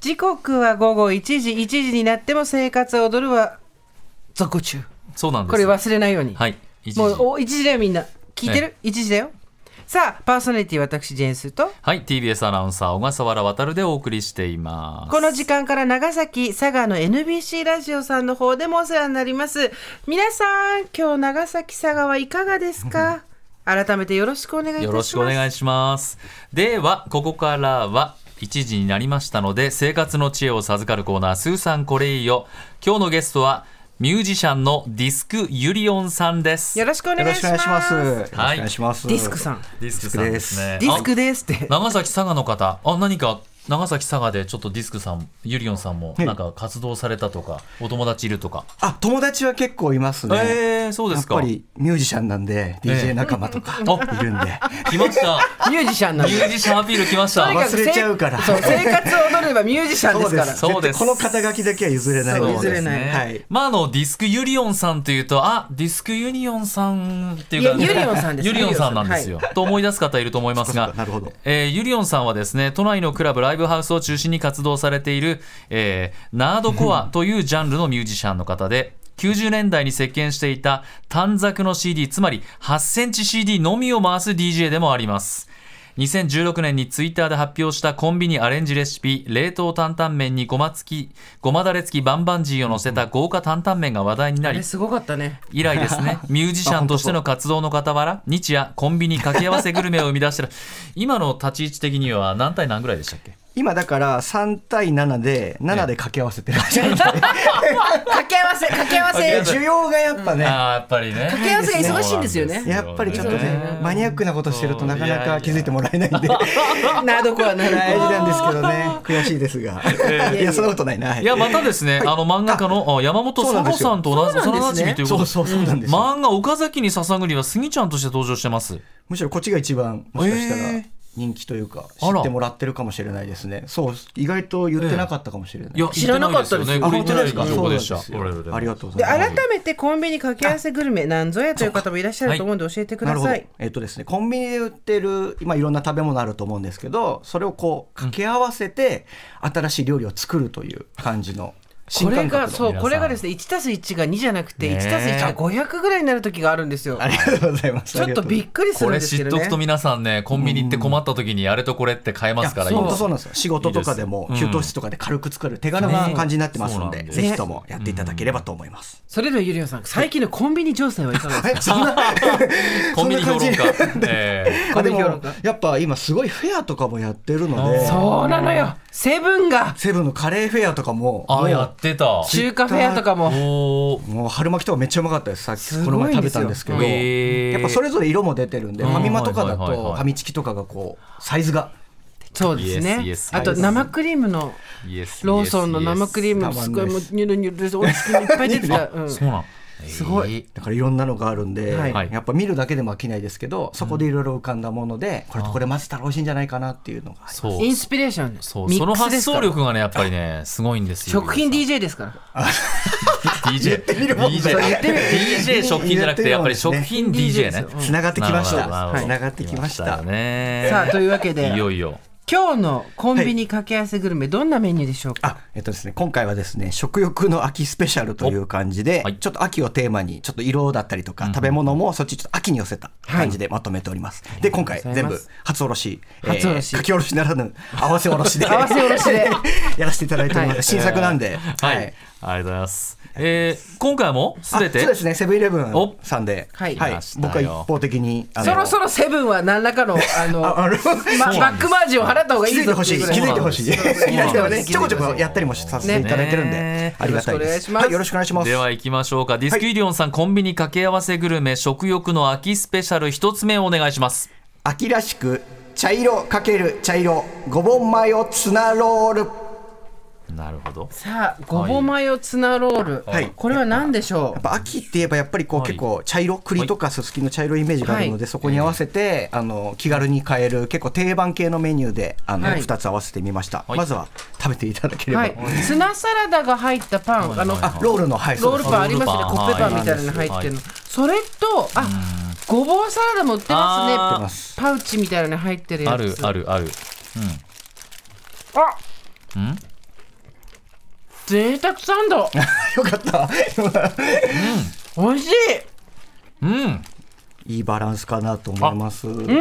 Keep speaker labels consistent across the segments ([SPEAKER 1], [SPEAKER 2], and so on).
[SPEAKER 1] 時刻は午後1時1時になっても生活は踊るは続行中
[SPEAKER 2] そうなんです。
[SPEAKER 1] これ忘れないように、
[SPEAKER 2] はい。一時
[SPEAKER 1] もうお1時だよみんな聞いてる、一 ?1 時だよさあパーソナリティ私ジェーンスーと
[SPEAKER 2] はい。TBS アナウンサー、小笠原渉でお送りしています。
[SPEAKER 1] この時間から長崎佐賀の NBC ラジオさんの方でもお世話になります皆さん今日長崎佐賀はいかがですか改めてよろしくお願いいたします
[SPEAKER 2] よろしくお願いします。では、ここからは、1時になりましたので、生活の知恵を授かるコーナー、スーさんこれいいよ。今日のゲストは、ミュージシャンのディスク・ユリオンさんです。
[SPEAKER 1] よろしくお
[SPEAKER 3] よ
[SPEAKER 1] 願
[SPEAKER 3] ろ
[SPEAKER 1] い
[SPEAKER 3] し
[SPEAKER 1] し
[SPEAKER 3] くお願
[SPEAKER 1] ま
[SPEAKER 3] い
[SPEAKER 1] す
[SPEAKER 3] します。よろしくお
[SPEAKER 2] はい
[SPEAKER 3] 願いします。
[SPEAKER 1] ディスクさん
[SPEAKER 2] ディスクさんですね。
[SPEAKER 1] ディスクですって
[SPEAKER 2] あ長崎佐賀の方、あ、何か、長崎佐賀でちょっとディスクさん、ユリオンさんも、
[SPEAKER 3] い
[SPEAKER 2] なんか活動されたとか、お友達いるとか。
[SPEAKER 3] あ、友達は結構いますね。
[SPEAKER 2] えー、そうで
[SPEAKER 3] やっ
[SPEAKER 2] すか。
[SPEAKER 3] ぱりミュージシャンなんで、
[SPEAKER 2] ええ
[SPEAKER 3] DJ 仲間とか
[SPEAKER 2] あ
[SPEAKER 3] いるんで、
[SPEAKER 2] 来ました。
[SPEAKER 1] ミュージシャンなん
[SPEAKER 2] ミ
[SPEAKER 1] で
[SPEAKER 2] ュージシャンアピール来ました。
[SPEAKER 3] 忘れちゃうから
[SPEAKER 1] そう生活を踊ればミュージシャンですから
[SPEAKER 2] そうです
[SPEAKER 3] 絶対この肩書きだけは譲れない
[SPEAKER 1] そう
[SPEAKER 3] ので。
[SPEAKER 1] 譲れない
[SPEAKER 3] はい。
[SPEAKER 2] まああのディスクユリオンさんというとあディスクユニオンさんっていうか
[SPEAKER 1] ゆユリオンさんです
[SPEAKER 2] ユリオンさんなんですよ、と思い出す方いると思います
[SPEAKER 3] そ
[SPEAKER 2] が
[SPEAKER 3] っかなるほど
[SPEAKER 2] えーユリオンさんはですね都内のクラブライブハウスを中心に活動されている、えーナードコアというジャンルのミュージシャンの方で90年代に席巻していた短冊の CD つまり8センチ CD のみを回す DJ でもあります2016年にツイッターで発表したコンビニアレンジレシピ冷凍担々麺にごま付きごまだれ付きバンバンジーを乗せた豪華担々麺が話題にな
[SPEAKER 1] あ
[SPEAKER 2] り
[SPEAKER 1] れすごかったね
[SPEAKER 2] 以来 ですねミュージシャンとしての活動の傍ら日夜コンビニ掛け合わせグルメを生み出してる今の立ち位置的には何対何ぐらいでしたっけ
[SPEAKER 3] 今だから3対7で、7で掛け合わせてる。
[SPEAKER 1] 掛け合わせ掛け合わ
[SPEAKER 2] 掛け 合わせ
[SPEAKER 1] せ
[SPEAKER 3] 需要がやっぱ
[SPEAKER 2] あ
[SPEAKER 3] ね、
[SPEAKER 2] ーやっぱりね
[SPEAKER 1] 掛け合わせが忙しいんですよ
[SPEAKER 2] そうなん
[SPEAKER 1] ね
[SPEAKER 3] やっぱりちょっと
[SPEAKER 2] そうです
[SPEAKER 3] ね、マニアックなことしてるとなかなか気づいてもらえな いんで、
[SPEAKER 1] などこはな
[SPEAKER 3] 大事
[SPEAKER 1] ら
[SPEAKER 3] なんですけどね、 悔しいですが。いや、そんなことないな。はい
[SPEAKER 2] いやまたですね、あの漫画家のあ山本
[SPEAKER 3] そうな
[SPEAKER 2] 佐野
[SPEAKER 3] んですよ
[SPEAKER 2] さんと同じ
[SPEAKER 1] そうなん
[SPEAKER 2] 幼な
[SPEAKER 1] です
[SPEAKER 2] じみ
[SPEAKER 1] ね
[SPEAKER 2] ということ
[SPEAKER 3] そう
[SPEAKER 2] で
[SPEAKER 3] そうそうなんですよ。
[SPEAKER 2] 漫画「岡崎に捧ぐり」はスギちゃんとして登場してます
[SPEAKER 3] むしろこっちが一番もしかした
[SPEAKER 2] え
[SPEAKER 3] ら
[SPEAKER 2] ー
[SPEAKER 3] 人気というか知
[SPEAKER 2] あら
[SPEAKER 3] ってもらってるかもしれないですねそう意外と言ってなかったかもしれない、
[SPEAKER 2] いや
[SPEAKER 1] 知らなかったです
[SPEAKER 2] 言
[SPEAKER 3] あ
[SPEAKER 2] てないですよねこ
[SPEAKER 3] 本当
[SPEAKER 2] れ言
[SPEAKER 3] で
[SPEAKER 2] ってないで
[SPEAKER 3] すか
[SPEAKER 2] す
[SPEAKER 3] そうなんですよありがとうご
[SPEAKER 1] で
[SPEAKER 3] ざいま
[SPEAKER 1] 改
[SPEAKER 3] す
[SPEAKER 1] めてコンビニ掛け合わせグルメなんぞやという方もいらっしゃると思うんで教えてく
[SPEAKER 3] な
[SPEAKER 1] だ
[SPEAKER 3] るほど
[SPEAKER 1] さ
[SPEAKER 3] え
[SPEAKER 1] い
[SPEAKER 3] っとですねコンビニで売ってる今いろんな食べ物あると思うんですけどそれをこう掛け合わせて新しい料理を作るという感じ
[SPEAKER 1] こ
[SPEAKER 3] の新
[SPEAKER 1] れ
[SPEAKER 3] 感
[SPEAKER 1] が
[SPEAKER 3] 覚の
[SPEAKER 1] そう
[SPEAKER 2] 皆さん
[SPEAKER 1] これがですね1たす1が2じゃなくて
[SPEAKER 2] ねえ
[SPEAKER 1] 1たす1が500ぐらいになる時があるんですよ
[SPEAKER 3] ありがとうございます
[SPEAKER 1] ちょっとびっくりする
[SPEAKER 2] こ
[SPEAKER 1] ん
[SPEAKER 2] れ
[SPEAKER 1] ですけ
[SPEAKER 2] 知っ
[SPEAKER 1] ど
[SPEAKER 2] とくと
[SPEAKER 1] ね
[SPEAKER 2] 皆さんねコンビニ行って困った時にあれとこれって買えますから
[SPEAKER 3] 本当
[SPEAKER 2] 今
[SPEAKER 3] そうなんですよ仕事とかで
[SPEAKER 2] い
[SPEAKER 3] も
[SPEAKER 2] いです
[SPEAKER 3] 給湯室とかで軽く作る手軽な感じになってますので、
[SPEAKER 2] ね
[SPEAKER 3] ぜひともやっていただければと思います、
[SPEAKER 1] それではゆりおさん最近のコンビニ情勢はいかがですか
[SPEAKER 3] え そんな
[SPEAKER 2] コンビニ評論家
[SPEAKER 3] そんな感じ
[SPEAKER 2] ええ
[SPEAKER 3] あで
[SPEAKER 1] コンビニ評論
[SPEAKER 3] も
[SPEAKER 1] 家
[SPEAKER 3] やっぱ今すごいフェアとかもやってるので
[SPEAKER 1] そうなのよセブンが
[SPEAKER 3] セブンのカレーフェアとかもも
[SPEAKER 2] あ
[SPEAKER 3] う
[SPEAKER 2] やってた
[SPEAKER 1] 中華フェアとかも
[SPEAKER 2] おー
[SPEAKER 3] もう春巻きとかめっちゃうまかったですさっ
[SPEAKER 1] すごい
[SPEAKER 3] きこの前食べたんですけど
[SPEAKER 2] んですよ
[SPEAKER 3] やっぱそれぞれ色も出てるんで
[SPEAKER 2] うん
[SPEAKER 3] ファミマとかだと
[SPEAKER 2] はいはいはい
[SPEAKER 3] フ
[SPEAKER 2] はい
[SPEAKER 3] ァミチキとかがこうサイズが
[SPEAKER 1] そうですね
[SPEAKER 2] Yes, yes, yes.
[SPEAKER 1] あと生クリームの
[SPEAKER 2] イエス
[SPEAKER 1] ローソンの生クリームも
[SPEAKER 3] イエスイエス
[SPEAKER 1] すごいもうニュルニュルです美味しくいっぱい出てきた、うん
[SPEAKER 2] そうなん
[SPEAKER 1] すごい
[SPEAKER 2] ええ
[SPEAKER 3] だからいろんなのがあるんで
[SPEAKER 1] はい
[SPEAKER 2] はい
[SPEAKER 3] やっぱ見るだけでも飽きないですけどそこでいろいろ浮かんだものでこれとこれ混ぜたら美味しいんじゃないかなっていうのがあります
[SPEAKER 2] そう
[SPEAKER 1] インスピレーション
[SPEAKER 2] そう
[SPEAKER 1] ミ
[SPEAKER 2] そ
[SPEAKER 1] ッ
[SPEAKER 2] の
[SPEAKER 1] クスで
[SPEAKER 2] 発
[SPEAKER 1] すか
[SPEAKER 2] 想
[SPEAKER 1] ら
[SPEAKER 2] 力がねやっぱりねすごいんですよ
[SPEAKER 1] 食品 DJ ですから
[SPEAKER 2] 言ってみるもん DJ
[SPEAKER 1] 言ってみる
[SPEAKER 2] DJ 食品じゃなくてやっぱり食品 DJ ね
[SPEAKER 1] うん
[SPEAKER 3] つながってきまし
[SPEAKER 2] なるほどなるほ
[SPEAKER 3] た
[SPEAKER 2] ど
[SPEAKER 3] つながってきまし
[SPEAKER 2] 来
[SPEAKER 3] た
[SPEAKER 2] よね
[SPEAKER 1] さあというわけで
[SPEAKER 2] いよいよ
[SPEAKER 1] 今日のコンビニ掛け合わせグルメ、どんなメニューでしょうか
[SPEAKER 3] あえっとですね、今回はですね食欲の秋スペシャルという感じで、
[SPEAKER 2] はい
[SPEAKER 3] ちょっと秋をテーマにちょっと色だったりとか、食べ物もそっちちょっと秋に寄せた感じでまとめております、で今回
[SPEAKER 1] ありがと
[SPEAKER 3] 全
[SPEAKER 1] うご
[SPEAKER 3] 部
[SPEAKER 1] ざい
[SPEAKER 3] 初おろし、
[SPEAKER 1] 初おろし
[SPEAKER 3] 書きおろしな らぬ合わせおろしで
[SPEAKER 1] 合わせおろしで
[SPEAKER 3] やらせていただいております、
[SPEAKER 1] はい
[SPEAKER 3] 新作なんで、
[SPEAKER 2] はい、ありがとうございます、えー、今回もす
[SPEAKER 3] あ
[SPEAKER 2] べて
[SPEAKER 3] そうですねセブンイレブン
[SPEAKER 2] お
[SPEAKER 3] さんで、
[SPEAKER 1] はい
[SPEAKER 3] は
[SPEAKER 2] 来
[SPEAKER 3] い
[SPEAKER 2] まし、たよ
[SPEAKER 3] 僕は一方的にあの
[SPEAKER 1] そろそろセブンは何らかのあの
[SPEAKER 3] ああれ
[SPEAKER 1] ま
[SPEAKER 2] そう
[SPEAKER 1] バ
[SPEAKER 2] な
[SPEAKER 1] ッ
[SPEAKER 2] んです
[SPEAKER 1] クマージンを払った方がい
[SPEAKER 3] 気
[SPEAKER 1] い
[SPEAKER 3] づい
[SPEAKER 1] ぞ
[SPEAKER 3] て
[SPEAKER 1] って
[SPEAKER 3] ほ
[SPEAKER 1] う
[SPEAKER 3] しい
[SPEAKER 1] ぐら
[SPEAKER 3] 気づいてほ
[SPEAKER 2] しい
[SPEAKER 3] しい
[SPEAKER 2] そうなんですよ
[SPEAKER 3] ねちょこちょこやったりもさせていただいてるんで、
[SPEAKER 2] ね
[SPEAKER 3] ありがたい
[SPEAKER 1] よろしくお願
[SPEAKER 3] で
[SPEAKER 1] いし
[SPEAKER 3] す
[SPEAKER 1] ます
[SPEAKER 3] はい、よろしくお願いします
[SPEAKER 2] では行きましょうかディスクイリオンさん、コンビニ掛け合わせグルメ食欲の秋スペシャル一つ目をお願いします
[SPEAKER 3] 秋らしく茶色かける茶色五本米をツナロールや
[SPEAKER 2] なるほど
[SPEAKER 1] さあごぼマヨツナロール、
[SPEAKER 3] はい
[SPEAKER 1] これは何でしょ
[SPEAKER 3] っぱ秋って言えばやっぱりこう
[SPEAKER 2] はい
[SPEAKER 3] 結構茶色栗とかすすきの茶色いイメージがあるの
[SPEAKER 1] はい
[SPEAKER 3] でそこに合わせてあの気軽に買える結構定番系のメニューであの
[SPEAKER 1] はい
[SPEAKER 3] 2つ合わせてみました
[SPEAKER 2] はい
[SPEAKER 3] まずは食べていただ
[SPEAKER 1] う
[SPEAKER 3] ければ
[SPEAKER 1] はいツナサラダが入ったパン、あの
[SPEAKER 3] あロールのはい
[SPEAKER 1] ロールパンありますね
[SPEAKER 2] ロールパン
[SPEAKER 1] コッペパンみたいなの入ってるの、それとあごぼうサラダも売って
[SPEAKER 2] あー売って
[SPEAKER 1] ま
[SPEAKER 3] ますす
[SPEAKER 1] ねパウチみたいなの入ってるやつ
[SPEAKER 2] あるあるある
[SPEAKER 1] あ贅沢サンド
[SPEAKER 3] よかった。
[SPEAKER 1] 美味しい
[SPEAKER 2] うん
[SPEAKER 3] いいバランスかなと思います。
[SPEAKER 2] うん
[SPEAKER 1] コ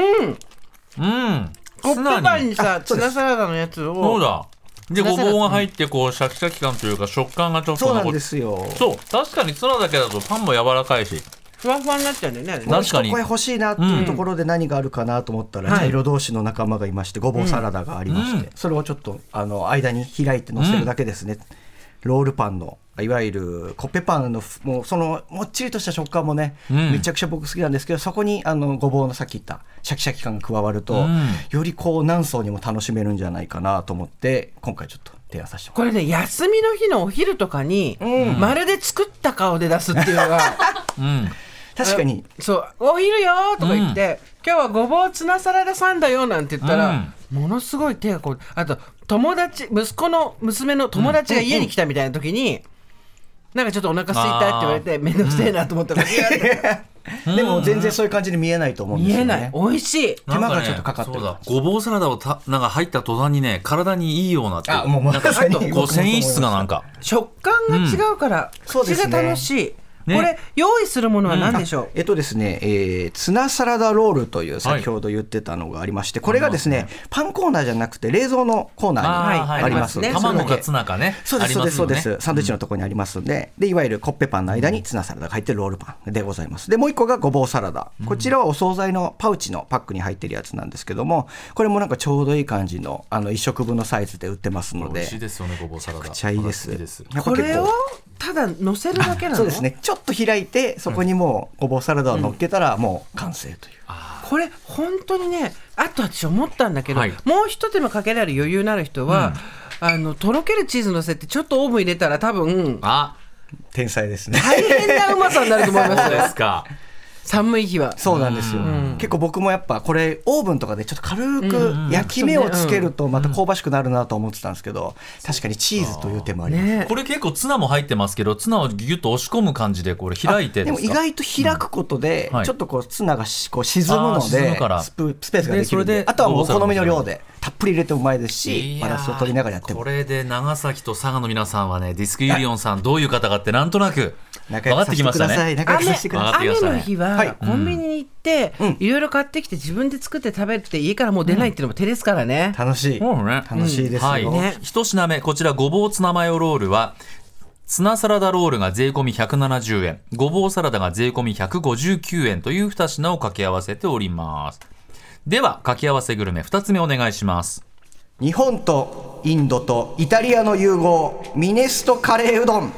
[SPEAKER 1] ッ
[SPEAKER 2] ツ
[SPEAKER 1] ペパ
[SPEAKER 2] ナ
[SPEAKER 1] ンに
[SPEAKER 2] に
[SPEAKER 1] さ
[SPEAKER 3] そ
[SPEAKER 1] ツ
[SPEAKER 3] うです
[SPEAKER 1] ナサラダのやつを
[SPEAKER 2] そうだで
[SPEAKER 1] ツナ
[SPEAKER 2] ご
[SPEAKER 1] サラダ
[SPEAKER 2] ぼうが入ってこうシャキシャキ感というか食感がちょっと
[SPEAKER 3] そうな
[SPEAKER 2] 残
[SPEAKER 3] ん
[SPEAKER 2] っ
[SPEAKER 3] で
[SPEAKER 2] て
[SPEAKER 3] すよ。
[SPEAKER 2] そう確かにツナだけだとパンも柔らかいし
[SPEAKER 1] ふわふわになっちゃうんだよねあれね
[SPEAKER 2] 確かに
[SPEAKER 3] これ欲しいなっていうところで何があるかなと思ったら、
[SPEAKER 1] はい
[SPEAKER 3] 茶色同士の仲間がいましてごぼうサラダがありまし
[SPEAKER 2] う
[SPEAKER 3] て、
[SPEAKER 2] ん
[SPEAKER 3] それをちょっとあの間に開いて乗せるだけですね、ロールパンのいわゆるコッペパンのふもうそのもっちりとした食感もね、
[SPEAKER 2] うん
[SPEAKER 3] めちゃくちゃ僕好きなんですけどそこにあのごぼうのさっき言ったシャキシャキ感が加わると、
[SPEAKER 2] うん
[SPEAKER 3] よりこう何層にも楽しめるんじゃないかなと思って今回ちょっと提案させてもらいました
[SPEAKER 1] これね休みの日のお昼とかに、まるで作った顔で出すっていうのが
[SPEAKER 2] うん
[SPEAKER 3] 確かに
[SPEAKER 1] そう「お昼よ」とか言って、今日はごぼうツナサラダサンドよ」なんて言ったら、ものすごい手がこうあと友達息子の娘の友達が家に来たみたいな時に、なんかちょっとお腹空いたって言われて面倒くせえなと思ったら、ギューって
[SPEAKER 3] でも全然そういう感じに見えないと思うんで
[SPEAKER 1] 見
[SPEAKER 3] すよ
[SPEAKER 1] え
[SPEAKER 3] ね
[SPEAKER 1] ない美味しい
[SPEAKER 3] 手間がちょっとかかってる
[SPEAKER 2] なんねそうだごぼうサラダをたなんか入った途端にね体にいいようなって
[SPEAKER 3] あもうま
[SPEAKER 2] なんか
[SPEAKER 3] さに
[SPEAKER 2] ちょっとこう繊維質がなんか
[SPEAKER 1] 食感が違うから、
[SPEAKER 3] そうで
[SPEAKER 1] 口
[SPEAKER 3] すね
[SPEAKER 1] が楽しい、
[SPEAKER 2] ね
[SPEAKER 1] これ用意するものは何でしょう、
[SPEAKER 3] えっとですね、えーツナサラダロールという先ほど言ってたのがありまして、これがですね、パンコーナーじゃなくて冷蔵のコーナーに
[SPEAKER 2] あー
[SPEAKER 1] はい
[SPEAKER 3] ありますので、
[SPEAKER 1] ありますね
[SPEAKER 2] 卵かツ
[SPEAKER 3] ナ
[SPEAKER 2] ナかね
[SPEAKER 3] そうです
[SPEAKER 2] あ
[SPEAKER 3] そう
[SPEAKER 2] り
[SPEAKER 3] で
[SPEAKER 2] ますすよね
[SPEAKER 3] そうです、サンドイッチのところにありますんででいわゆるコッペパンの間にツナサラダが入ってるロールパンでございますでもう一個がごぼうサラダこちらはお惣菜のパウチのパックに入ってるやつなんですけどもこれもなんかちょうどいい感じのあの1食分のサイズで売ってますの
[SPEAKER 2] 美
[SPEAKER 3] で
[SPEAKER 2] 味しいですよねごぼうサラダ
[SPEAKER 3] めっちゃいいです
[SPEAKER 2] 好きです
[SPEAKER 3] やっぱ
[SPEAKER 1] こ
[SPEAKER 3] 結構
[SPEAKER 1] れをただ乗せるだけなの
[SPEAKER 3] そうですねちょっと開いてそこにもうごぼうサラダを乗っけたらもう完成という、
[SPEAKER 1] これ本当にねあと私思ったんだけど、
[SPEAKER 2] はい
[SPEAKER 1] もう一手間かけられる余裕のある人は、あのとろけるチーズ乗せてちょっとオーブン入れたら多分
[SPEAKER 2] あ
[SPEAKER 3] 天才ですね
[SPEAKER 1] 大 変なうまさになると思いま
[SPEAKER 2] そう
[SPEAKER 1] す
[SPEAKER 2] で
[SPEAKER 1] よ
[SPEAKER 2] すか
[SPEAKER 1] 寒い日は
[SPEAKER 3] そうなんですよ、結構僕もやっぱこれオーブンとかでちょっと軽く焼き目をつけるとまた香ばしくなるなと思ってたんですけど確かにチーズという手もあります、
[SPEAKER 1] ね
[SPEAKER 2] これ結構ツナも入ってますけどツナをギュッと押し込む感じでこれ開いて
[SPEAKER 3] で
[SPEAKER 2] で
[SPEAKER 3] も
[SPEAKER 2] す
[SPEAKER 3] 意
[SPEAKER 2] か
[SPEAKER 3] 外と開くことで、
[SPEAKER 2] うんはい
[SPEAKER 3] ちょっとこうツナがしこう沈む
[SPEAKER 2] あー
[SPEAKER 3] の
[SPEAKER 2] 沈む
[SPEAKER 3] で
[SPEAKER 2] から
[SPEAKER 3] スプスペースができるんで
[SPEAKER 2] でそれで
[SPEAKER 3] あとはもうお好みの量でたっぷり入れてもうまいですし
[SPEAKER 2] いや
[SPEAKER 3] バ
[SPEAKER 2] ー
[SPEAKER 3] ランスを取りながらやっても
[SPEAKER 2] これで長崎と佐賀の皆さんはねディスクユリオンさんどういう方かってなんとなく分
[SPEAKER 3] 仲良
[SPEAKER 2] か
[SPEAKER 3] く
[SPEAKER 2] ってき
[SPEAKER 3] させて
[SPEAKER 2] ま
[SPEAKER 3] く
[SPEAKER 2] した
[SPEAKER 3] ださ
[SPEAKER 2] ね
[SPEAKER 3] い仲良くさせてください
[SPEAKER 2] わかって
[SPEAKER 1] 雨
[SPEAKER 2] きましたね
[SPEAKER 1] の日
[SPEAKER 3] はい
[SPEAKER 1] はコンビニに行って、
[SPEAKER 3] うん
[SPEAKER 1] いろいろ買ってきて自分で作って食べて家からもう出ないっていうのも手ですからね、
[SPEAKER 3] 楽しい、
[SPEAKER 2] そうね
[SPEAKER 3] 楽しいですよ、
[SPEAKER 2] はい、
[SPEAKER 1] ね
[SPEAKER 2] 一品目こちらごぼうツナマヨロールはツナサラダロールが税込み170円ごぼうサラダが税込み159円という2品を掛け合わせておりますでは掛け合わせグルメ2つ目お願いします
[SPEAKER 3] 日本とインドとイタリアの融合ミネストカレーうどん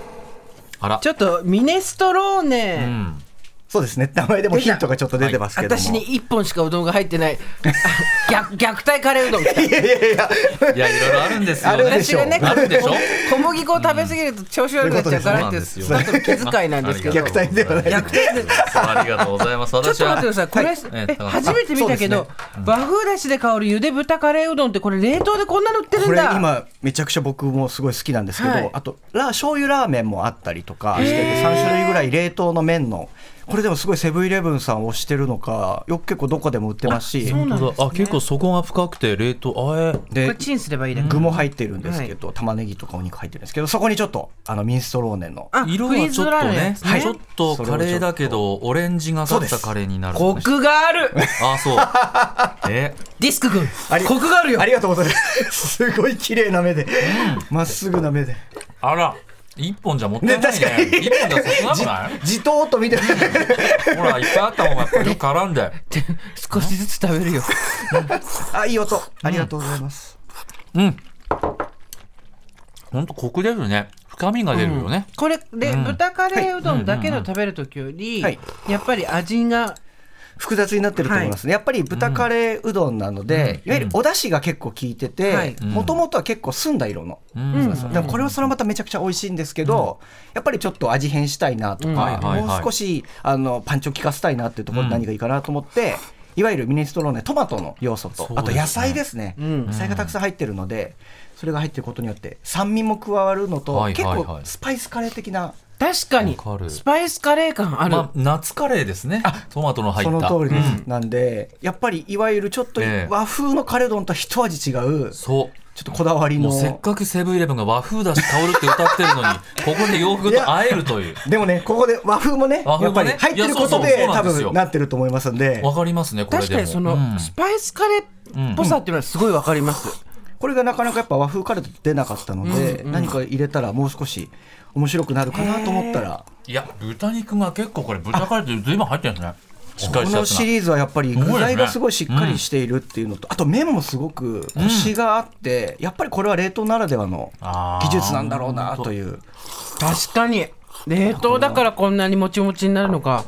[SPEAKER 2] あら
[SPEAKER 1] ちょっとミネストローネ、
[SPEAKER 2] うん
[SPEAKER 3] そうですね名前でもヒントがちょっと出てますけども、
[SPEAKER 1] 私に一本しかうどんが入ってないあ逆虐待カレーうどん来た
[SPEAKER 3] いやいやい
[SPEAKER 2] い
[SPEAKER 3] や
[SPEAKER 2] やいろいろあるんですよ
[SPEAKER 3] ある
[SPEAKER 2] ね
[SPEAKER 3] で
[SPEAKER 1] 私
[SPEAKER 3] しょ
[SPEAKER 1] がね
[SPEAKER 2] あるでしょ
[SPEAKER 1] 小麦粉を食べ過ぎると調子悪くなっちゃうからって
[SPEAKER 2] そ
[SPEAKER 1] そうの
[SPEAKER 2] なん
[SPEAKER 1] 後の
[SPEAKER 2] ですよ
[SPEAKER 1] 気遣いなんですけど
[SPEAKER 3] あ虐待ではない
[SPEAKER 2] 虐待ありがとうございます
[SPEAKER 1] ちょっ
[SPEAKER 2] 私
[SPEAKER 1] と待
[SPEAKER 2] は
[SPEAKER 1] ってくださいこれ、
[SPEAKER 2] い
[SPEAKER 1] え
[SPEAKER 2] え高橋さ
[SPEAKER 1] 初
[SPEAKER 2] ん
[SPEAKER 1] めて見たけ
[SPEAKER 3] あ
[SPEAKER 1] ど、和風だしで香るゆで豚カレーうどんってこれ冷凍でこんなの売ってる
[SPEAKER 3] こ
[SPEAKER 1] ん
[SPEAKER 3] れ
[SPEAKER 1] だ
[SPEAKER 3] 今めちゃくちゃ僕もすごい好きなんですけど、
[SPEAKER 1] はい
[SPEAKER 3] あとラー醤油ラーメンもあったりとかしてて3種類ぐらい冷凍の麺のこれでもすごいセブンイレブンさんを推してるのかよく結構どこでも売ってますし
[SPEAKER 1] そうなんですね
[SPEAKER 2] 本当だあ結構そこが深くて冷凍あえ
[SPEAKER 1] こ
[SPEAKER 3] で
[SPEAKER 1] れチンすればいいだけ、
[SPEAKER 3] 具も入ってるんですけど、玉ねぎとかお肉入ってるんですけどそこにちょっとあのミンストローネの
[SPEAKER 1] あ
[SPEAKER 2] 色
[SPEAKER 1] フリ
[SPEAKER 2] は
[SPEAKER 1] ー
[SPEAKER 2] ちょ
[SPEAKER 1] ズド
[SPEAKER 2] っと
[SPEAKER 1] ライのや
[SPEAKER 2] ね
[SPEAKER 1] つ
[SPEAKER 2] ちょっとカレーだけどオレンジがかったカレーになる
[SPEAKER 1] コクがある
[SPEAKER 2] あそうえ
[SPEAKER 1] ディスク君
[SPEAKER 3] あり
[SPEAKER 1] コクがあるよ
[SPEAKER 3] ありがとうございますすごい綺麗な目でまっすぐな目で
[SPEAKER 2] あら一本じゃもったいないね
[SPEAKER 3] ね確かに
[SPEAKER 2] 一本じゃ少なくな
[SPEAKER 3] じとーっと見て
[SPEAKER 2] いほらいっぱいあった方がやっぱり絡んで
[SPEAKER 1] 少しずつ食べるよ
[SPEAKER 3] あいい音ありがとうございます、
[SPEAKER 2] うんほんとコクですね深みが出るよね、
[SPEAKER 1] これで、
[SPEAKER 2] うん
[SPEAKER 1] 豚カレーうどんだけの食べる時より、
[SPEAKER 3] はい
[SPEAKER 1] やっぱり味が
[SPEAKER 3] 複雑になってると思いますね、やっぱり豚カレーうどんなので、いわゆるお出汁が結構効いて
[SPEAKER 1] は
[SPEAKER 3] て
[SPEAKER 1] い
[SPEAKER 3] もともとは結構澄んだ色の、
[SPEAKER 2] うん
[SPEAKER 1] うん
[SPEAKER 3] でもこれはそれまためちゃくちゃ美味しいんですけど、やっぱりちょっと味変したいなと
[SPEAKER 2] はい
[SPEAKER 3] か、
[SPEAKER 2] はいはい
[SPEAKER 3] もう少しあのパンチを効かせたいなっていうところで何がいいかなと思って、いわゆるミネストローネトマトの要素
[SPEAKER 2] そ
[SPEAKER 3] と、
[SPEAKER 2] うですね
[SPEAKER 3] あと野菜ですね、野菜がたくさん入ってるのでそれが入ってることによって酸味も加わるのと、
[SPEAKER 2] はいはいはい
[SPEAKER 3] 結構スパイスカレー的な
[SPEAKER 1] 確かに
[SPEAKER 2] わかる
[SPEAKER 1] スパイスカレー感ある、
[SPEAKER 2] まあ夏カレーですねトマトの入
[SPEAKER 3] そ
[SPEAKER 2] っ
[SPEAKER 3] の
[SPEAKER 2] た
[SPEAKER 3] 通りです、なんでやっぱりいわゆるちょっと
[SPEAKER 2] ええ
[SPEAKER 3] 和風のカレー丼とは一味違う、
[SPEAKER 2] そう
[SPEAKER 3] ちょっとこだわり
[SPEAKER 2] も
[SPEAKER 3] の
[SPEAKER 2] うせっかくセブンイレブンが和風だし香るって歌ってるの にここで洋服と会えるという
[SPEAKER 3] でもねここで和風もね
[SPEAKER 2] 和風
[SPEAKER 3] やっ
[SPEAKER 2] も
[SPEAKER 3] ぱ
[SPEAKER 2] ね
[SPEAKER 3] り入ってるこ
[SPEAKER 2] い
[SPEAKER 3] と
[SPEAKER 2] やそうそう
[SPEAKER 3] で
[SPEAKER 2] そうな
[SPEAKER 3] 多
[SPEAKER 2] んですよ
[SPEAKER 3] 分なってると思いますんで
[SPEAKER 2] わかりますねこれでも
[SPEAKER 1] 確かにその、
[SPEAKER 2] うん
[SPEAKER 1] スパイスカレーっぽさっていうのはすごいわかります、
[SPEAKER 3] これがなかなかやっぱ和風カレーと出なかったので、何か入れたらもう少し面白くなるかなと思ったら
[SPEAKER 2] いや豚肉が結構これ豚カレーって随分入ってるんですねしっか
[SPEAKER 3] こ
[SPEAKER 2] りしたや
[SPEAKER 3] の
[SPEAKER 2] つ
[SPEAKER 3] シ
[SPEAKER 2] が
[SPEAKER 3] リーズはやっぱり具
[SPEAKER 2] すごいです
[SPEAKER 3] 材
[SPEAKER 2] ね
[SPEAKER 3] がすごいしっかりしているっていうのと、あと麺もすごくコシがあって、やっぱりこれは冷凍ならではの
[SPEAKER 2] あー
[SPEAKER 3] 技術なんだろうなという
[SPEAKER 1] 確かに冷凍だからこんなにもちもちになるのか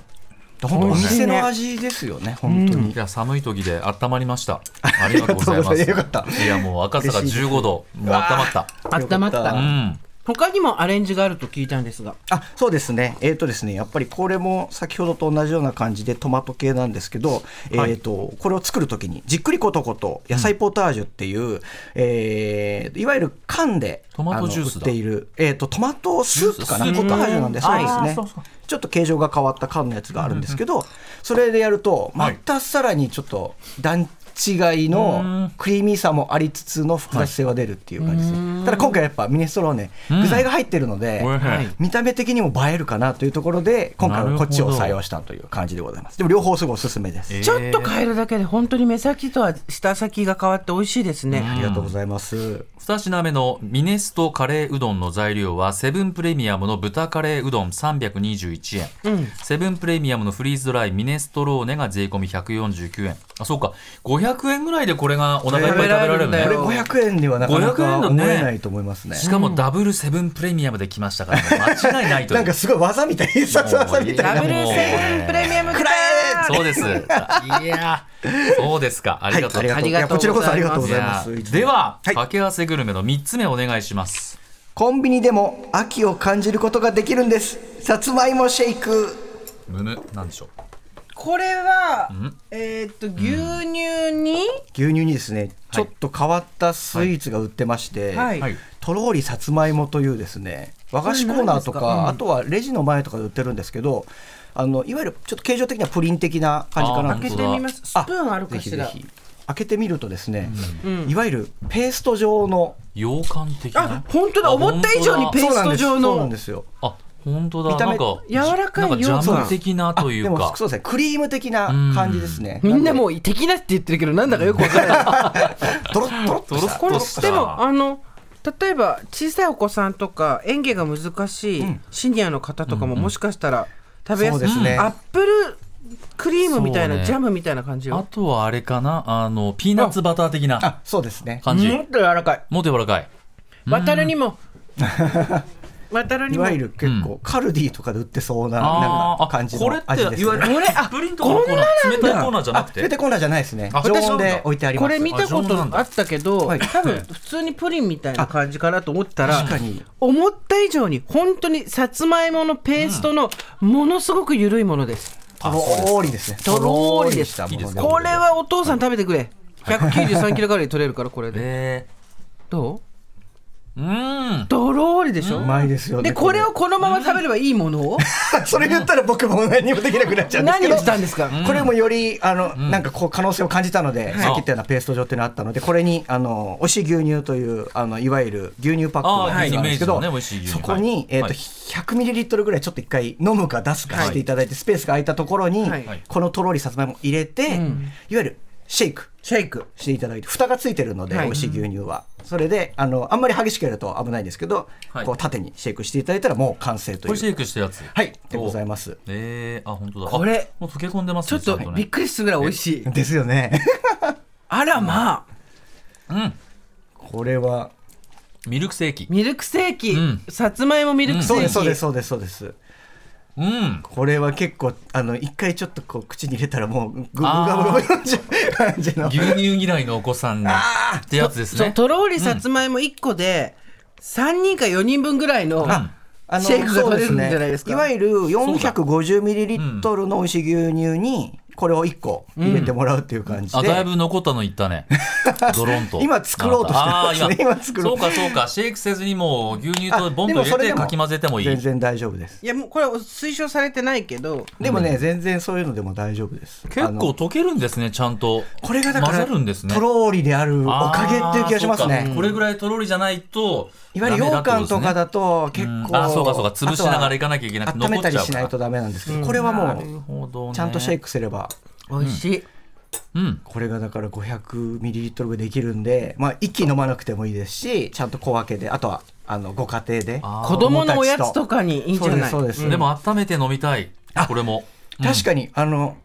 [SPEAKER 3] 本当お
[SPEAKER 1] 美味しいね
[SPEAKER 3] 店の味ですよね本当に
[SPEAKER 2] いや寒い時で温まりました。 ありがとうございま
[SPEAKER 3] あ
[SPEAKER 2] す。
[SPEAKER 3] りがとうございますよかった
[SPEAKER 2] いやもう赤坂
[SPEAKER 3] 嬉しい
[SPEAKER 2] 15度、もう温まった。
[SPEAKER 1] あったまっ
[SPEAKER 3] よかった
[SPEAKER 1] た
[SPEAKER 2] うん。
[SPEAKER 1] 他にもアレンジがあると聞いたんですが
[SPEAKER 3] あそうですね、えーとですねやっぱりこれも先ほどと同じような感じでトマト系なんですけど、えー、とこれを作るときにじっくりことこと野菜ポタージュっていう、えーいわゆる缶で
[SPEAKER 2] トマトジュースだ
[SPEAKER 3] あの売っている、えー、とトマトスープかな
[SPEAKER 2] ジュー
[SPEAKER 3] ポ
[SPEAKER 2] ス
[SPEAKER 3] タージュなんで
[SPEAKER 2] うん
[SPEAKER 3] そうです
[SPEAKER 2] あー
[SPEAKER 3] ね
[SPEAKER 2] そうそう
[SPEAKER 3] ちょっと形状が変わった缶のやつがあるんですけど、それでやるとまたさらにちょっと段違いのクリーミーさもありつつの複雑性が出るっていう感じですね、ただ今回やっぱミネストローネ具材が入ってるので、
[SPEAKER 2] おいしい
[SPEAKER 1] はい
[SPEAKER 3] 見た目的にも映えるかなというところで今回はこっちを採用したという感じでございますでも両方すごいおすすめです、
[SPEAKER 2] えー
[SPEAKER 1] ちょっと変えるだけで本当に目先とは下先が変わって美味しいですね、
[SPEAKER 3] ありがとうございます
[SPEAKER 2] 2品目のミネストカレーうどんの材料はセブンプレミアムの豚カレーうどん321円、セブンプレミアムのフリーズドライミネストローネが税込み149円あそうか500円ぐらいでこれがお腹いっぱい食べられる
[SPEAKER 1] 食べら
[SPEAKER 2] ね
[SPEAKER 1] れ
[SPEAKER 3] こ
[SPEAKER 1] るん
[SPEAKER 3] れ
[SPEAKER 1] だよ
[SPEAKER 3] 500円ではなかなか
[SPEAKER 2] 500円
[SPEAKER 3] 思
[SPEAKER 2] だね
[SPEAKER 3] えないと思いますね
[SPEAKER 2] しかもダブルセブンプレミアムで来ましたから、もう間違いないとい
[SPEAKER 3] な
[SPEAKER 2] うん
[SPEAKER 3] かすごい技みたい必殺技みたい
[SPEAKER 1] ダ
[SPEAKER 3] な
[SPEAKER 1] ブルセブンプレミアムクラ
[SPEAKER 2] そうです。いやー、そうですか。ありがとうございます
[SPEAKER 1] ありがとうございます
[SPEAKER 3] こちらこそありがとうございま
[SPEAKER 2] いや
[SPEAKER 3] す
[SPEAKER 2] では、
[SPEAKER 3] はい
[SPEAKER 2] 掛け合わせグルメの3つ目お願いします
[SPEAKER 3] コンビニでも秋を感じることができるんですさつまいもシェイク
[SPEAKER 2] むむなんでしょう
[SPEAKER 1] これはえーっと牛乳に、
[SPEAKER 3] 牛乳にですねちょっと変わったスイーツが売ってまして、
[SPEAKER 1] はい
[SPEAKER 2] はい
[SPEAKER 3] とろーりさつまいもというですね和菓子コーナーとか
[SPEAKER 1] これ何ですかうん
[SPEAKER 3] あとはレジの前とかで売ってるんですけどあのいわゆるちょっと形状的にはプリン的な感じかな
[SPEAKER 2] あー
[SPEAKER 1] 開け
[SPEAKER 2] 本
[SPEAKER 1] てみますスプ
[SPEAKER 3] あ
[SPEAKER 1] ーンあるかしら
[SPEAKER 3] ぜひぜひ開けてみるとですね、いわゆるペースト状の
[SPEAKER 2] 洋館的な
[SPEAKER 1] あ本当だ思った以上にペー
[SPEAKER 3] そう
[SPEAKER 1] ス
[SPEAKER 3] なん
[SPEAKER 1] ト
[SPEAKER 3] です
[SPEAKER 1] 状
[SPEAKER 3] そうなん
[SPEAKER 1] の
[SPEAKER 3] ですよ
[SPEAKER 2] あ本当だ
[SPEAKER 3] 見た
[SPEAKER 2] な
[SPEAKER 3] 目
[SPEAKER 2] んか
[SPEAKER 1] 柔らかい
[SPEAKER 2] なんジ
[SPEAKER 1] 洋館
[SPEAKER 2] ャム的なとい
[SPEAKER 3] で
[SPEAKER 2] う
[SPEAKER 3] も
[SPEAKER 2] か
[SPEAKER 3] そうですねクリーム的な感じですね、
[SPEAKER 1] みんな
[SPEAKER 3] で
[SPEAKER 1] もう敵なって言ってるけどなんだかよくわからない
[SPEAKER 3] とろっとろっとした
[SPEAKER 1] これ
[SPEAKER 2] どうした
[SPEAKER 1] でもあの例えば小さいお子さんとか演技が難しいシニアの方とかももしかしたら食べやすい、
[SPEAKER 3] そうですね
[SPEAKER 1] アップルクリームみたいな、
[SPEAKER 2] そうね
[SPEAKER 1] ジャムみたいな感じ
[SPEAKER 2] あ
[SPEAKER 1] よ
[SPEAKER 2] とはあれかなあのピーナッツバター的な
[SPEAKER 3] あそうですね
[SPEAKER 2] 感
[SPEAKER 1] も
[SPEAKER 2] じ
[SPEAKER 1] っと柔らかい
[SPEAKER 2] もっと柔らかい
[SPEAKER 1] 渡るにも渡る
[SPEAKER 3] い
[SPEAKER 1] にも
[SPEAKER 3] わゆる結構カルディとかで売ってそうなな
[SPEAKER 2] あ
[SPEAKER 3] ん
[SPEAKER 2] ー
[SPEAKER 3] か
[SPEAKER 2] あ
[SPEAKER 3] 感じ
[SPEAKER 2] これ
[SPEAKER 3] の
[SPEAKER 2] って
[SPEAKER 3] 味です
[SPEAKER 2] いわゆる
[SPEAKER 3] ね。
[SPEAKER 1] これあ
[SPEAKER 2] プリンとかのコーナー冷たいコーナーじゃなく
[SPEAKER 3] あ出
[SPEAKER 2] て
[SPEAKER 3] てこないじゃないですね
[SPEAKER 2] あ。
[SPEAKER 3] 常
[SPEAKER 2] 私
[SPEAKER 3] 温で置いてありま
[SPEAKER 1] こ
[SPEAKER 3] す。
[SPEAKER 1] れ見たこ
[SPEAKER 2] あ常温なん
[SPEAKER 1] と
[SPEAKER 2] だ
[SPEAKER 1] あったけど、
[SPEAKER 3] はい
[SPEAKER 1] 多分普通にプリンみたいな感じかなと思ったら
[SPEAKER 3] 確かに
[SPEAKER 1] 思った以上に本当にさつまいものペーストのものすごく緩いものです、
[SPEAKER 3] とろーりですね。
[SPEAKER 1] とろーりです
[SPEAKER 3] とろーりしたもの
[SPEAKER 1] これはお父さん食べてくれ193キロカロリー取れるからこれで
[SPEAKER 2] え
[SPEAKER 1] どう
[SPEAKER 2] ー、うーん
[SPEAKER 1] とろーりでしょ
[SPEAKER 3] うまいですよね。
[SPEAKER 1] でこれを。このまま食べればいいも のを
[SPEAKER 3] それ言ったら僕も何もできなくなっちゃうんです
[SPEAKER 1] 何
[SPEAKER 3] けど。
[SPEAKER 1] をしたんですか
[SPEAKER 3] これもよりあのなんかこう可能性を感じたので、さっき言ったようなペースト状っていうのがあったので、これにあの美味しい牛乳というあのいわゆる牛乳パックの
[SPEAKER 2] あー
[SPEAKER 3] やつなんですけ
[SPEAKER 2] は
[SPEAKER 3] ど
[SPEAKER 2] いイメージのね美味しい牛、乳
[SPEAKER 3] そこにえっ
[SPEAKER 2] は
[SPEAKER 3] と
[SPEAKER 2] い
[SPEAKER 3] 100ミリリットルぐらいちょっと一回飲むか出すかしていただいてスペースが空いたところに
[SPEAKER 1] はい
[SPEAKER 3] このとろりさつまいも入れて、いわゆるシェイク。
[SPEAKER 1] シェイク
[SPEAKER 3] していただいて蓋がついてるので、
[SPEAKER 1] はい
[SPEAKER 3] 美味しい牛乳はそれであのあんまり激しくやると危ないんですけど、
[SPEAKER 2] はい
[SPEAKER 3] こう縦にシェイクしていただいたらもう完成と
[SPEAKER 2] こ
[SPEAKER 3] い
[SPEAKER 2] れシェ
[SPEAKER 3] う
[SPEAKER 2] イクしたやつ
[SPEAKER 3] はいでございます
[SPEAKER 2] えー、あ本当だあ
[SPEAKER 1] これ
[SPEAKER 2] もう溶け込んでます
[SPEAKER 1] ちょ
[SPEAKER 2] ね
[SPEAKER 1] っと
[SPEAKER 2] ゃんね
[SPEAKER 1] びっくりするぐらい美味しい
[SPEAKER 3] ですよね
[SPEAKER 1] あらまあ
[SPEAKER 2] うん
[SPEAKER 3] これは
[SPEAKER 2] ミルクセーキ
[SPEAKER 1] ミルクセーキ、
[SPEAKER 2] ん
[SPEAKER 1] さつまいもミルクセー
[SPEAKER 3] そう
[SPEAKER 1] キ、
[SPEAKER 3] ですそうですそうですそうです
[SPEAKER 2] うん
[SPEAKER 3] これは結構あの一回ちょっとこう口に入れたらもうググガブガブ飲んじゃう感じの
[SPEAKER 2] 牛乳嫌いのお子さんのってやつです
[SPEAKER 1] そう
[SPEAKER 2] ね
[SPEAKER 1] とろーりさつまいも1個で3人か4人分ぐらいの、
[SPEAKER 2] あ
[SPEAKER 3] あの
[SPEAKER 1] シェイクが取れるんじゃないですか
[SPEAKER 3] そうねいわゆる450ミリリットルの美味しい牛乳にこれを1個入れてもらうっていう感じで、
[SPEAKER 2] あだいぶ残ったのいった ねドロンと
[SPEAKER 3] 今作ろうとしてますね
[SPEAKER 2] あー今
[SPEAKER 3] 今作ろう
[SPEAKER 2] そうかそうかシェイクせずにもう牛乳と
[SPEAKER 3] あ
[SPEAKER 2] ボン
[SPEAKER 3] で
[SPEAKER 2] と
[SPEAKER 3] もそ
[SPEAKER 2] 入れ
[SPEAKER 3] れで
[SPEAKER 2] て
[SPEAKER 3] も
[SPEAKER 2] かき混ぜてもいい
[SPEAKER 3] 全然大丈夫です
[SPEAKER 1] いやもうこれは推奨されてないけど
[SPEAKER 3] でもね、全然そういうのでも大丈夫です
[SPEAKER 2] 結
[SPEAKER 3] あの
[SPEAKER 2] 構溶けるんですねちゃんと
[SPEAKER 3] これがだから
[SPEAKER 2] 混ざるんですね
[SPEAKER 3] とろーりであるおかげっていう気がします
[SPEAKER 2] あーそう
[SPEAKER 3] ね
[SPEAKER 2] かこれぐらいとろりじゃないと
[SPEAKER 3] いわゆる
[SPEAKER 2] ダメだ
[SPEAKER 3] 羊
[SPEAKER 2] ってことです
[SPEAKER 3] 羹と
[SPEAKER 2] ね
[SPEAKER 3] かだと結
[SPEAKER 2] うん
[SPEAKER 3] 構
[SPEAKER 2] あそうかそうか潰しながらいかなきゃいけなくて
[SPEAKER 3] 温めたり
[SPEAKER 2] 残っちゃう
[SPEAKER 3] し
[SPEAKER 2] から
[SPEAKER 3] ないとダメなんですけどこれは
[SPEAKER 2] なる
[SPEAKER 3] も
[SPEAKER 2] ほど
[SPEAKER 3] う
[SPEAKER 2] ね
[SPEAKER 3] ちゃんとシェイクすれば
[SPEAKER 1] 美味しい、
[SPEAKER 2] うん
[SPEAKER 3] これがだから 500ml ぐらいできるんでまあ一気に飲まなくてもいいですしちゃんと小分けであとはあのご家庭で
[SPEAKER 2] あー
[SPEAKER 1] 子供のおやつとかにいいんじゃない
[SPEAKER 3] そうですそう
[SPEAKER 2] で
[SPEAKER 3] です
[SPEAKER 2] も温めて飲みたい
[SPEAKER 3] あ
[SPEAKER 2] これも
[SPEAKER 3] 確かにあの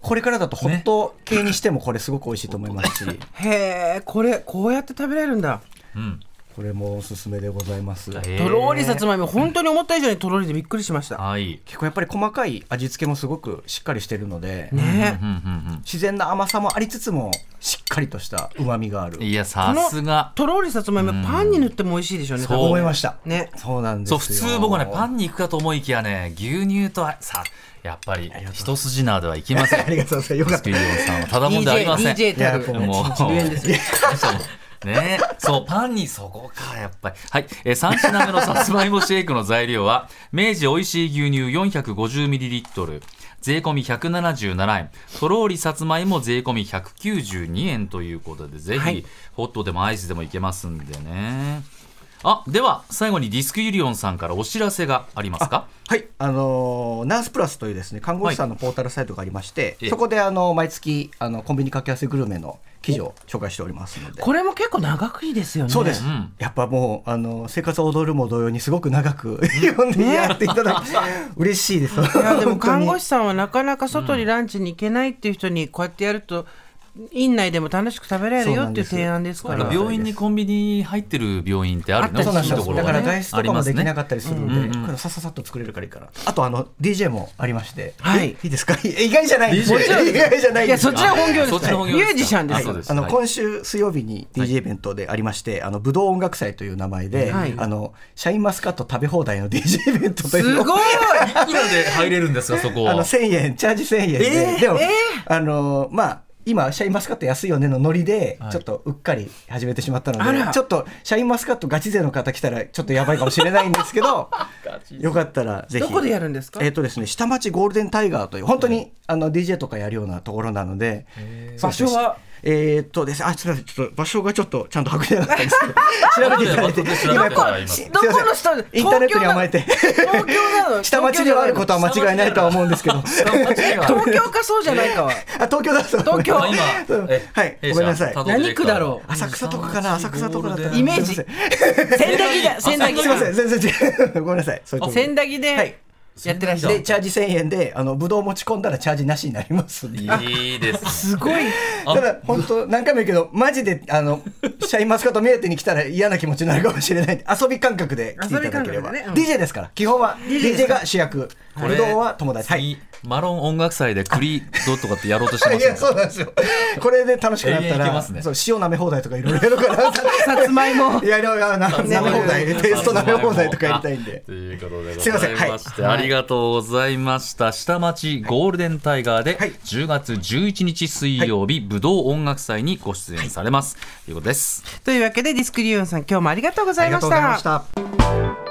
[SPEAKER 3] これからだとホット系にしてもこれすごく美味しいと思いますし
[SPEAKER 1] へえこれこうやって食べれるんだ
[SPEAKER 2] うん
[SPEAKER 3] これもおすすめでございます
[SPEAKER 2] へ
[SPEAKER 1] とろーりさつまいも本当に思った以上にとろりでびっくりしました
[SPEAKER 2] はい
[SPEAKER 3] 結構やっぱり細かい味付けもすごくしっかりしてるので
[SPEAKER 1] ね
[SPEAKER 2] うんうん
[SPEAKER 3] 自然な甘さもありつつもしっかりとしたうまみがある
[SPEAKER 2] うんいやさすが
[SPEAKER 1] とろりさつまいもパンに塗っても美味しいでしょうね
[SPEAKER 2] そう
[SPEAKER 1] 多分
[SPEAKER 3] 思いました
[SPEAKER 1] ね
[SPEAKER 3] そうなんです
[SPEAKER 2] そう普通
[SPEAKER 3] よ
[SPEAKER 2] 僕はねパンに行くかと思いきやね牛乳とあさやっぱり一筋縄ではいきません
[SPEAKER 3] ありがとうご ざいますよかっ
[SPEAKER 2] スピリオンさんはただもんではありません
[SPEAKER 1] DJ たる
[SPEAKER 3] いや
[SPEAKER 2] もう
[SPEAKER 1] 10円ですよ
[SPEAKER 2] ねそうパンにそこかやっぱりはい、えー、3品目のさつまいもシェイクの材料は 明治おいしい牛乳 450ml 税込み177円とろーりさつまいも税込み192円ということでぜひ、
[SPEAKER 1] はい
[SPEAKER 2] ホットでもアイスでもいけますんでねあでは最後にディスクユリオンさんからお知らせがありますか
[SPEAKER 3] はい、あのーナースプラスというですね看護師さんのポータルサイトがありまして、
[SPEAKER 2] ええ
[SPEAKER 3] そこであの毎月あのコンビニかけやすいグルメの記事を紹介しておりますので。
[SPEAKER 1] これも結構長くいいですよね
[SPEAKER 3] そうです、
[SPEAKER 2] ん
[SPEAKER 3] やっぱもうあの生活を踊るも同様にすごく長く読んでやっていただいて、嬉しいです。
[SPEAKER 1] いやでも看護師
[SPEAKER 3] 師
[SPEAKER 1] さんはなかなか外にランチに行けないっていう人にこうやってやると院内でも楽しく食べられるよっていう提案です
[SPEAKER 2] な
[SPEAKER 1] か
[SPEAKER 2] んから病院にコンビニ入ってる病院ってあるね
[SPEAKER 1] あ
[SPEAKER 3] そうなん
[SPEAKER 2] い
[SPEAKER 3] で
[SPEAKER 2] い
[SPEAKER 3] す
[SPEAKER 2] と
[SPEAKER 3] よ
[SPEAKER 2] ころ
[SPEAKER 3] だ
[SPEAKER 2] が
[SPEAKER 3] から
[SPEAKER 2] ね
[SPEAKER 3] 外出とかもできなか
[SPEAKER 2] あり
[SPEAKER 3] ったりするので、こういうのさささっと作れるからいいから。あとあの DJ もありまして、
[SPEAKER 1] はい
[SPEAKER 3] えいいですか？意外じゃない。もちろん意外じゃない
[SPEAKER 1] いや
[SPEAKER 3] です
[SPEAKER 1] そっちは本業です
[SPEAKER 2] そっちの本業です
[SPEAKER 1] ミ
[SPEAKER 2] か
[SPEAKER 1] ュージシャンで
[SPEAKER 2] あ
[SPEAKER 1] す
[SPEAKER 2] そ
[SPEAKER 1] よ
[SPEAKER 2] うです
[SPEAKER 3] あの、
[SPEAKER 2] はい
[SPEAKER 3] 今週水曜日に DJ イベントでありまして、あの武道音楽祭という名前で、
[SPEAKER 1] はい
[SPEAKER 3] あのシャインマスカット食べ放題の DJ イベントとい
[SPEAKER 1] す
[SPEAKER 3] うのを
[SPEAKER 1] ごい
[SPEAKER 2] ますねいくらで入れるんですかそこ
[SPEAKER 3] あの
[SPEAKER 2] は
[SPEAKER 3] 1000円チャージ1000円で、でも、あのまあ今シャインマスカット安いよねのノリで
[SPEAKER 2] はい
[SPEAKER 3] ちょっとうっかり始めてしまったので、
[SPEAKER 1] あら
[SPEAKER 3] ちょっとシャインマスカットガチ勢の方来たらちょっとやばいかもしれないんですけ どよかったらぜひ
[SPEAKER 1] どこでやるんですか
[SPEAKER 3] えっ、とですね下町ゴールデンタイガーという本当に、あの DJ とかやるようなところなので
[SPEAKER 1] 場所は
[SPEAKER 3] えーっとですね、あ、すみません、ちょっと場所がちょっとちゃんと確認なかったんですけ ど、調べていただいて、
[SPEAKER 2] 後で調べてもらいます
[SPEAKER 3] 今こ
[SPEAKER 1] どこの人
[SPEAKER 3] すいませんインターネットに甘えて、
[SPEAKER 1] 東京なの
[SPEAKER 3] 下町にはあることは間違いないとは思うんですけ ど、
[SPEAKER 1] 東京かそうじゃないかは
[SPEAKER 3] あ、東京だと思います。
[SPEAKER 1] 東京
[SPEAKER 2] あ 今
[SPEAKER 3] うんはいごめんなさい
[SPEAKER 1] 何区だろう
[SPEAKER 3] 浅草とかかな、浅草とかだったら。
[SPEAKER 1] イメージ
[SPEAKER 3] すいま
[SPEAKER 1] 千駄木だ千駄
[SPEAKER 3] せん
[SPEAKER 1] 木
[SPEAKER 3] すいません、全然違う。ごめんなさい。そういうとこ
[SPEAKER 1] 千駄木
[SPEAKER 3] はい
[SPEAKER 1] でやってらっしゃ
[SPEAKER 3] で、
[SPEAKER 1] る
[SPEAKER 3] チャージ1000円で、あの、ぶどう持ち込んだらチャージなしになりますんで。
[SPEAKER 2] いいですね
[SPEAKER 1] すご い
[SPEAKER 2] あ
[SPEAKER 3] ただ本当何回も言うけどマジであのシャインマスカット目当てに来たら嫌な気持ちになるかもしれないんで遊び感覚で来ていただければ、
[SPEAKER 1] 遊び感覚でね
[SPEAKER 3] DJ ですから基本は DJ が主役
[SPEAKER 2] これ
[SPEAKER 3] ブドウは友達はい
[SPEAKER 2] 次マロン音楽祭でクリドとかってやろうとしてま
[SPEAKER 3] い
[SPEAKER 2] せん
[SPEAKER 3] や
[SPEAKER 2] か
[SPEAKER 3] そうなんですよこれで楽しくなった
[SPEAKER 2] 永遠いけ
[SPEAKER 3] ら、
[SPEAKER 2] ますね
[SPEAKER 3] そう塩舐め放題とかいろいろやろうかな
[SPEAKER 1] さつまいも
[SPEAKER 3] いやいろいろな舐め放題テイスト舐め放題とかやりたいんで
[SPEAKER 2] ということでご
[SPEAKER 3] すいま
[SPEAKER 2] ざ
[SPEAKER 3] せ
[SPEAKER 2] い
[SPEAKER 3] ん
[SPEAKER 2] まして、ありがとうございました。下町ゴールデンタイガーで、
[SPEAKER 3] はい
[SPEAKER 2] 10月11日水曜日、武道音楽祭にご出演されます。ということです。
[SPEAKER 1] というわけでディスクリオンさん今日もありがとうござ
[SPEAKER 3] あ
[SPEAKER 1] い
[SPEAKER 3] りが
[SPEAKER 1] ま
[SPEAKER 3] と
[SPEAKER 1] し
[SPEAKER 3] うございま
[SPEAKER 1] た
[SPEAKER 3] した